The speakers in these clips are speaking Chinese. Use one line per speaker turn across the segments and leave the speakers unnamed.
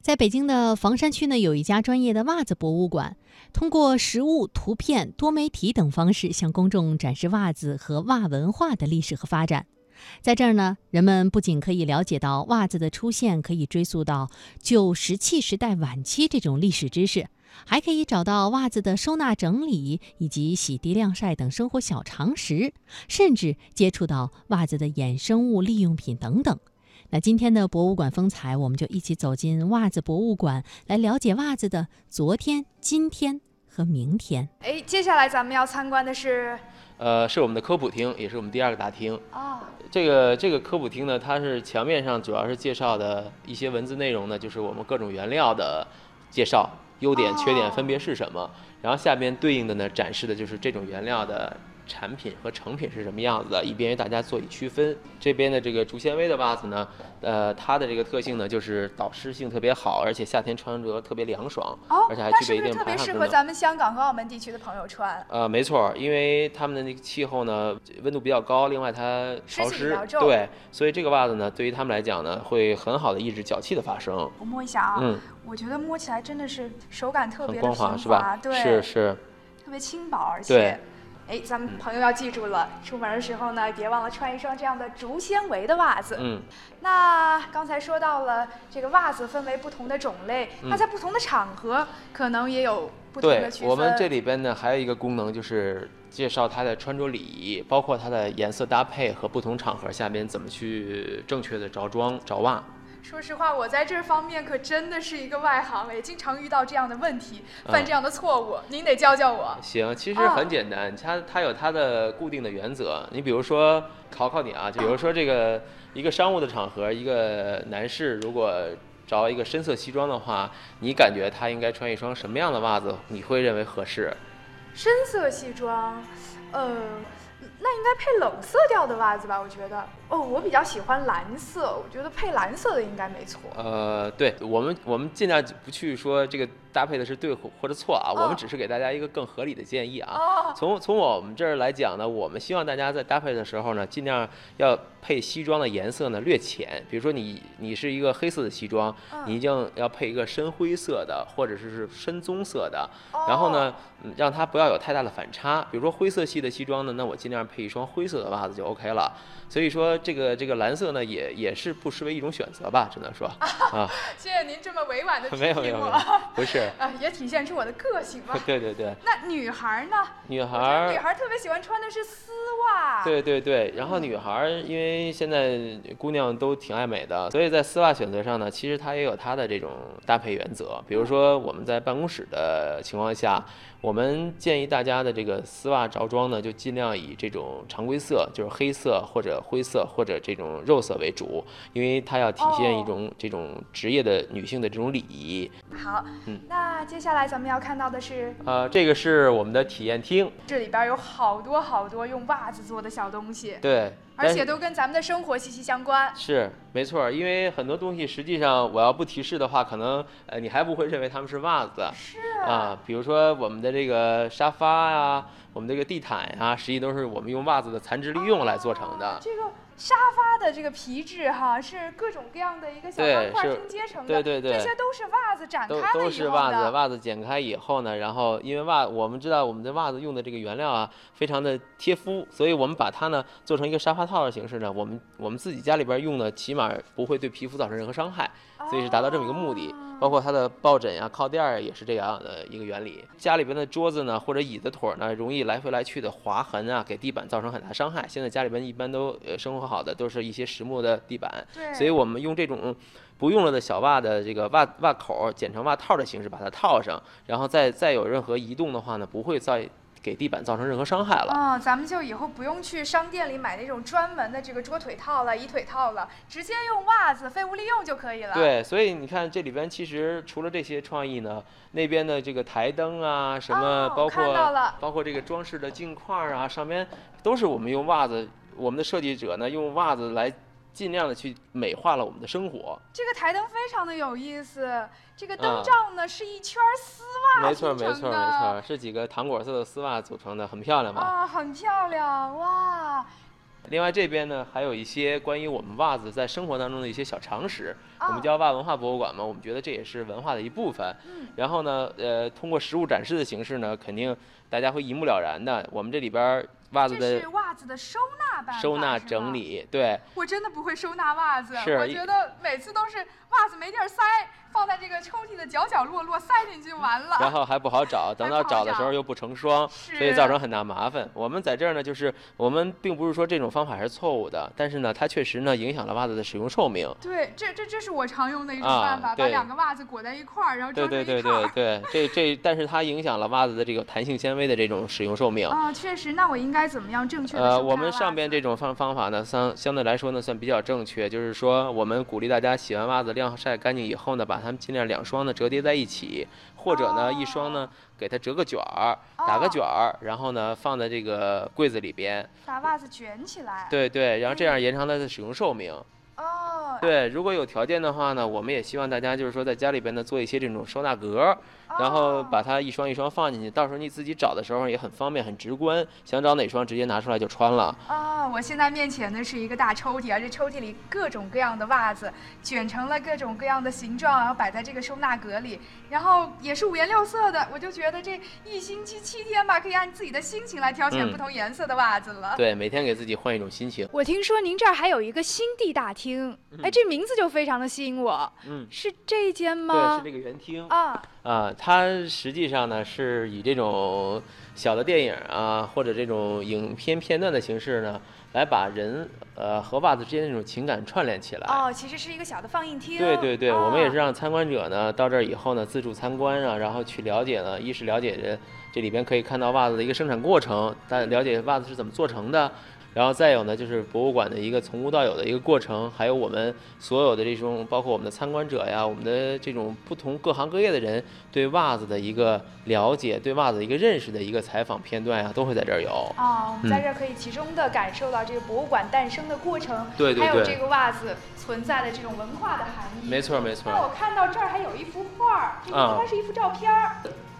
在北京的房山区呢，有一家专业的袜子博物馆，通过实物、图片、多媒体等方式，向公众展示袜子和袜文化的历史和发展。在这儿呢，人们不仅可以了解到袜子的出现可以追溯到旧石器时代晚期这种历史知识，还可以找到袜子的收纳整理以及洗涤晾晒等生活小常识，甚至接触到袜子的衍生物、利用品等等。那今天的博物馆风采，我们就一起走进袜子博物馆，来了解袜子的昨天、今天和明天。
哎，接下来咱们要参观的是
呃，是我们的科普厅，也是我们第二个大厅。
啊，
这个这个科普厅呢，它是墙面上主要是介绍的一些文字内容呢，就是我们各种原料的介绍，优点、缺点分别是什么。然后下边对应的呢，展示的就是这种原料的产品和成品是什么样子的，以便于大家做以区分。这边的这个竹纤维的袜子呢，呃，它的这个特性呢，就是导湿性特别好，而且夏天穿着特别凉爽，
哦，
而且还
那
具
是
备一
不是
定
特
排
别
汗
适
功
合
能。
咱们香港和澳门地区的朋友穿？
呃，没错儿，因为他们的那个气候呢，温度比较高，另外它
湿
潮
气比
湿
较，重
对，所以这个袜子呢，对于他们来讲呢，会很好的抑制脚气的发生。
我摸一下啊，
嗯，
我觉得摸起来真的是手感特
很
别的
光
平
滑是吧？
对，
是是，
特别轻薄，而且
对。嗯
哎，咱们朋友要记住了，出门的时候呢，别忘了穿一双这样的竹纤维的袜子。
嗯，
那刚才说到了这个袜子分为不同的种类，
嗯
那在不同的场合可能也有不同
对
的区。分。
我们这里边呢，还有一个功能就是介绍它的穿着礼仪，包括它的颜色搭配和不同场合下边怎么去正确的着装着袜。
说实话，我在这方面可真的是一个外行了，也经常遇到这样的问题，
嗯
犯这样的错误。您得教教我。
行，其实
哦
很简单，它它有它的固定的原则。你比如说，考考你啊，就比如说这个一个商务的场合，一个男士如果着一个深色西装的话，你感觉他应该穿一双什么样的袜子，你会认为合适？
深色西装，呃，那应该配冷色调的袜子吧？我觉得。哦，我比较喜欢蓝色，我觉得配蓝色的应该没错。
呃，对我们我们尽量不去说这个搭配的是对或或者错啊，我
哦
们只是给大家一个更合理的建议啊。
哦，
从从我们这儿来讲呢，我们希望大家在搭配的时候呢，尽量要配西装的颜色呢略浅。比如说你你是一个黑色的西装，你一
嗯，
定要配一个深灰色的或者是是深棕色的，
哦
然后呢，嗯让它不要有太大的反差。比如说灰色系的西装呢，那我尽量配一双灰色的袜子就 OK 了。所以说这个这个蓝色呢，也也是不失为一种选择吧，只能说啊，
谢谢您这么委婉的批
没有没
评
有没
我，
有
啊、，
不是，
也体现出我的个性吧
。对对对，
那女孩呢？
女
我
孩
觉得
儿
女孩特别喜欢穿的是丝袜。，
对对对，然后女孩儿因为现在姑娘都挺爱美的，所以在丝袜选择上呢，其实它也有它的这种搭配原则。比如说我们在办公室的情况下，我们建议大家的这个丝袜着装呢，就尽量以这种常规色，就是黑色或者灰色或者这种肉色为主，因为它要体现
哦
一种这种职业的女性的这种礼仪。
好，
嗯
那接下来咱们要看到的是，
呃，这个是我们的体验厅，
这里边儿有好多好多用袜子做的小东西，
对，但
而且都跟咱们的生活息息相关。
是没错儿，因为很多东西实际上我要不提示的话，可能呃你还不会认为它们是袜子
是，
啊。比如说我们的这个沙发呀、我们这个地毯呀、实际都是我们用袜子的残值利用来做成的。
这个沙发的这个皮质哈，是各种各样的一个小
对
方块
是
拼接成的，
对对
这
对，
些都是袜子展开
都
了以后
都
的。
是袜子，袜子剪开以后呢，然后因为袜我们知道我们的袜子用的这个原料啊，非常的贴肤，所以我们把它呢做成一个沙发套的形式呢，我们我们自己家里边用呢，起码不会对皮肤造成任何伤害。
哦
所以是达到这么一个目的。包括它的抱枕呀、靠垫儿啊也是这样的一个原理。家里边的桌子呢，或者椅子腿儿呢，容易来回来去的划痕啊，给地板造成很大伤害。现在家里边一般都呃生活好的都是一些实木的地板，
对，
所以我们用这种不用了的小袜的这个袜袜口儿剪成袜套的形式把它套上，然后再再有任何移动的话呢，不会再给地板造成任何伤害了。
嗯，咱们就以后不用去商店里买那种专门的这个桌腿套了、椅腿套了，直接用袜子废物利用就可以了。，
对，所以你看这里边其实除了这些创意呢，那边的这个台灯啊，什么
哦
包
我看
括、
到了
包括这个装饰的镜块儿啊，上面都是我们用袜子，我们的设计者呢用袜子来尽量的去美化了我们的生活。
这个台灯非常的有意思，这个灯
啊
罩呢、是一圈儿丝袜
没错儿，
拼
没
成
错儿，没
的
错
啊
儿，是几个糖果色的丝袜组成的，很漂亮吧？
啊，很漂亮哇！
另外这边呢，还有一些关于我们袜子在生活当中的一些小常识，
哦
我们叫袜文化博物馆嘛，我们觉得这也是文化的一部分。
嗯
然后呢，呃，通过实物展示的形式呢，肯定大家会一目了然的。我们这里边儿袜子
这
的
是袜子的收纳办法，
收纳
是吗
整。理， 对，
我真的不会收纳袜子，
是
我觉得每次都是袜子没地儿塞，放在这个抽屉的角角落落塞进去完了。
然后还不好找，等到
不好
找的时
找
候又不成霜，
是
所以造成很大麻烦。我们在这儿呢，就是我们并不是说这种方法是错误的，但是呢，它确实呢影响了袜子的使用寿命。
对，这这这是我常用的一种
啊
办法，把
对
两个袜子裹在一块儿，然后
对
装成
对
一
对
套儿
对对，这这，但是它影响了袜子的这个弹性纤维的这种使用寿命。
啊、确实，那我应该怎么样正确的
呃，我们上边这种方方法呢，相相对来说呢，算比较正确，就是说我们鼓励大家洗完袜子晾晒干净以后呢，把它们尽量两双呢折叠在一起，或者呢、一双呢给它折个卷儿，打个
哦
卷儿，然后呢放在这个柜子里边，
把袜子卷起来。
对对，然后这样延长它的使用寿命。
哦，
对，如果有条件的话呢，我们也希望大家就是说在家里边呢做一些这种收纳格儿，然后
哦
把它一双一双放进去，到时候你自己找的时候也很方便、很直观，想找哪双直接拿出来就穿了。
哦，我现在面前的是一个大抽屉啊，这抽屉里各种各样的袜子卷成了各种各样的形状，然后摆在这个收纳格里，然后也是五颜六色的。我就觉得这一星期七天吧，可以按自己的心情来挑选
嗯
不同颜色的袜子了。
对，每天给自己换一种心情。
我听说您这儿还有一个新地大厅，哎，这名字就非常的吸引我，
嗯，
是这间
对，
吗
是？这个园厅啊、
啊，
它实际上呢是以这种小的电影啊，或者这种影片片段的形式呢，来把人呃和袜子之间的这种情感串联起来。
哦，其实是一个小的放映厅。
对对对，我们也是
啊。
让参观者呢到这儿以后呢自助参观啊，然后去了解呢，一是了解这这里边可以看到袜子的一个生产过程，但了解袜子是怎么做成的。然后再有呢，就是博物馆的一个从无到有的一个过程，还有我们所有的这种，包括我们的参观者呀，我们的这种不同各行各业的人对袜子的一个了解、对袜子的一个认识的一个采访片段呀，都会在这儿有。
啊、我们在
嗯
这儿可以集中的感受到这个博物馆诞生的过程，
对对
还有
对
这个袜子存在的这种文化的含义。
没错没错
那，我看到这儿还有一幅画儿，这个
啊
应该是一幅照片儿，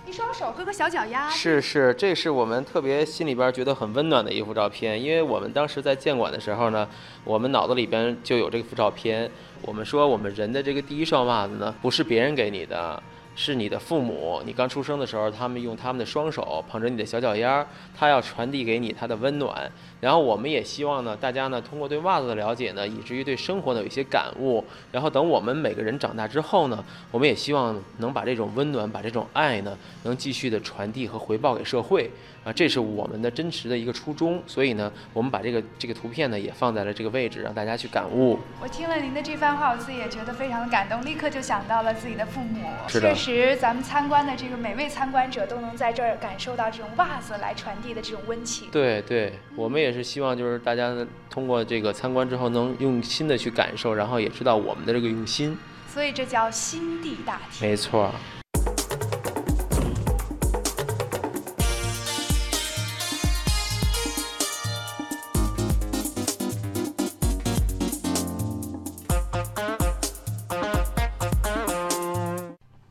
一双手和个小脚丫。
是是，这是我们特别心里边儿觉得很温暖的一幅照片，因为我们当时在建馆的时候呢，我们脑子里边就有这幅照片。我们说，我们人的这个第一双袜子呢，不是别人给你的，是你的父母。你刚出生的时候，他们用他们的双手捧着你的小脚丫儿，他要传递给你他的温暖。然后我们也希望呢，大家呢通过对袜子的了解呢，以至于对生活呢有一些感悟。然后等我们每个人长大之后呢，我们也希望能把这种温暖，把这种爱呢，能继续的传递和回报给社会啊，这是我们的真实的一个初衷。所以呢，我们把这个这个图片呢也放在了这个位置，让大家去感悟。
我听了您的这番话，我自己也觉得非常的感动，立刻就想到了自己的父母。确
是的
实，咱们参观的这个每位参观者都能在这儿感受到这种袜子来传递的这种温情。
对对，我们也是希望就是大家呢通过这个参观之后，能用心的去感受，然后也知道我们的这个用心。
所以这叫心地大厅。
没错儿。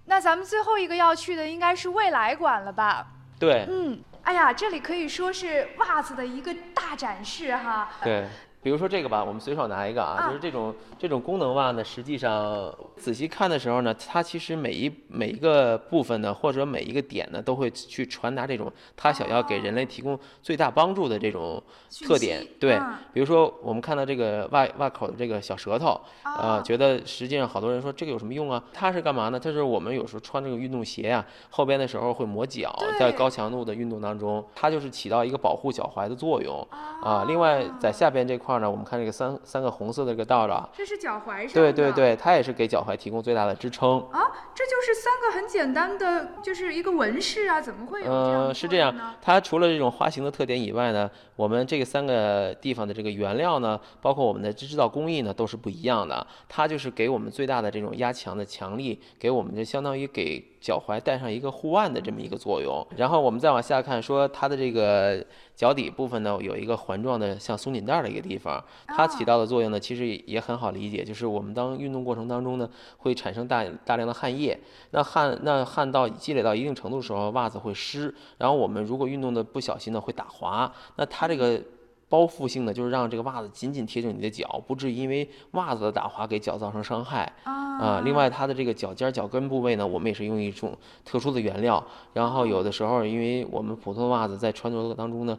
那咱们最后一个要去的应该是未来馆了吧？
对
嗯，哎呀，这里可以说是袜子的一个大展示哈。
对。比如说这个吧，我们随手拿一个啊，
啊
就是这种这种功能袜呢，实际上仔细看的时候呢，它其实每一每一个部分呢，或者每一个点呢，都会去传达这种它想要给人类提供最大帮助的这种
讯
特点
息。
对
嗯，
比如说我们看到这个袜袜口的这个小舌头，
啊
呃，觉得实际上好多人说这个有什么用啊？它是干嘛呢？它是我们有时候穿这个运动鞋呀、后边的时候会磨脚，在
对
高强度的运动当中，它就是起到一个保护脚踝的作用。
哦
啊，另外在下边这块儿呢，我们看这个三三个红色的这个道儿啊，
这是脚踝上
对
的，
对。对，它也是给脚踝提供最大的支撑。
啊，这就是三个很简单的，就是一个纹饰啊，怎么会有这样的、
嗯，是这样。它除了这种花型的特点以外呢，我们这个三个地方的这个原料呢，包括我们的制造工艺呢，都是不一样的。它就是给我们最大的这种压强的强力，给我们就相当于给脚踝带上一个护腕的这么一个作用。然后我们再往下看，说它的这个脚底部分呢，有一个环状的像松紧带儿的一个地
啊
方，它起到的作用呢，其实也也很好理解，就是我们当运动过程当中呢，会产生大大量的汗液，那汗那汗到积累到一定程度的时候，袜子会湿，然后我们如果运动的不小心呢，会打滑，那它这个。包覆性的，就是让这个袜子紧紧贴着你的脚，不至于因为袜子的打滑给脚造成伤害。啊、
啊
另外它的这个脚尖儿、脚跟部位呢，我们也是用一种特殊的原料。然后有的时候，因为我们普通的袜子在穿着当中呢，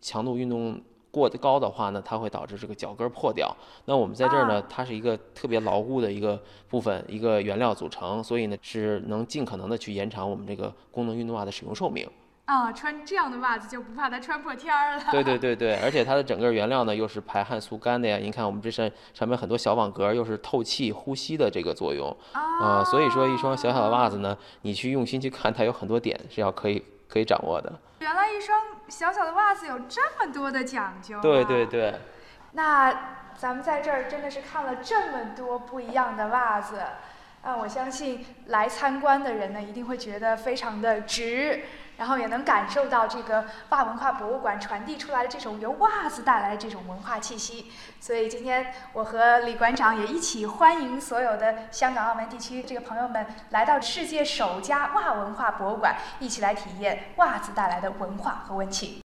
强度运动过得高的话呢，它会导致这个脚跟儿破掉。那我们在这儿呢，它是一个特别牢固的一个部分，一个原料组成，所以呢是能尽可能的去延长我们这个功能运动袜的使用寿命。
啊，穿这样的袜子就不怕它穿破天儿了。
对对对对，而且它的整个原料呢又是排汗速干的呀。您看我们这上上面很多小网格儿，又是透气呼吸的这个作用。啊、
啊，
所以说一双小小的袜子呢，你去用心去看，它有很多点是要可以可以掌握的。
哦原来一双小小的袜子有这么多的讲究、啊。
对对。对，
那咱们在这儿真的是看了这么多不一样的袜子，啊，我相信来参观的人呢，一定会觉得非常的值，然后也能感受到这个袜文化博物馆传递出来的这种由袜子带来的这种文化气息。所以今天我和李馆长也一起欢迎所有的香港、澳门地区这个朋友们来到世界首家袜文化博物馆，一起来体验袜子带来的文化和温情。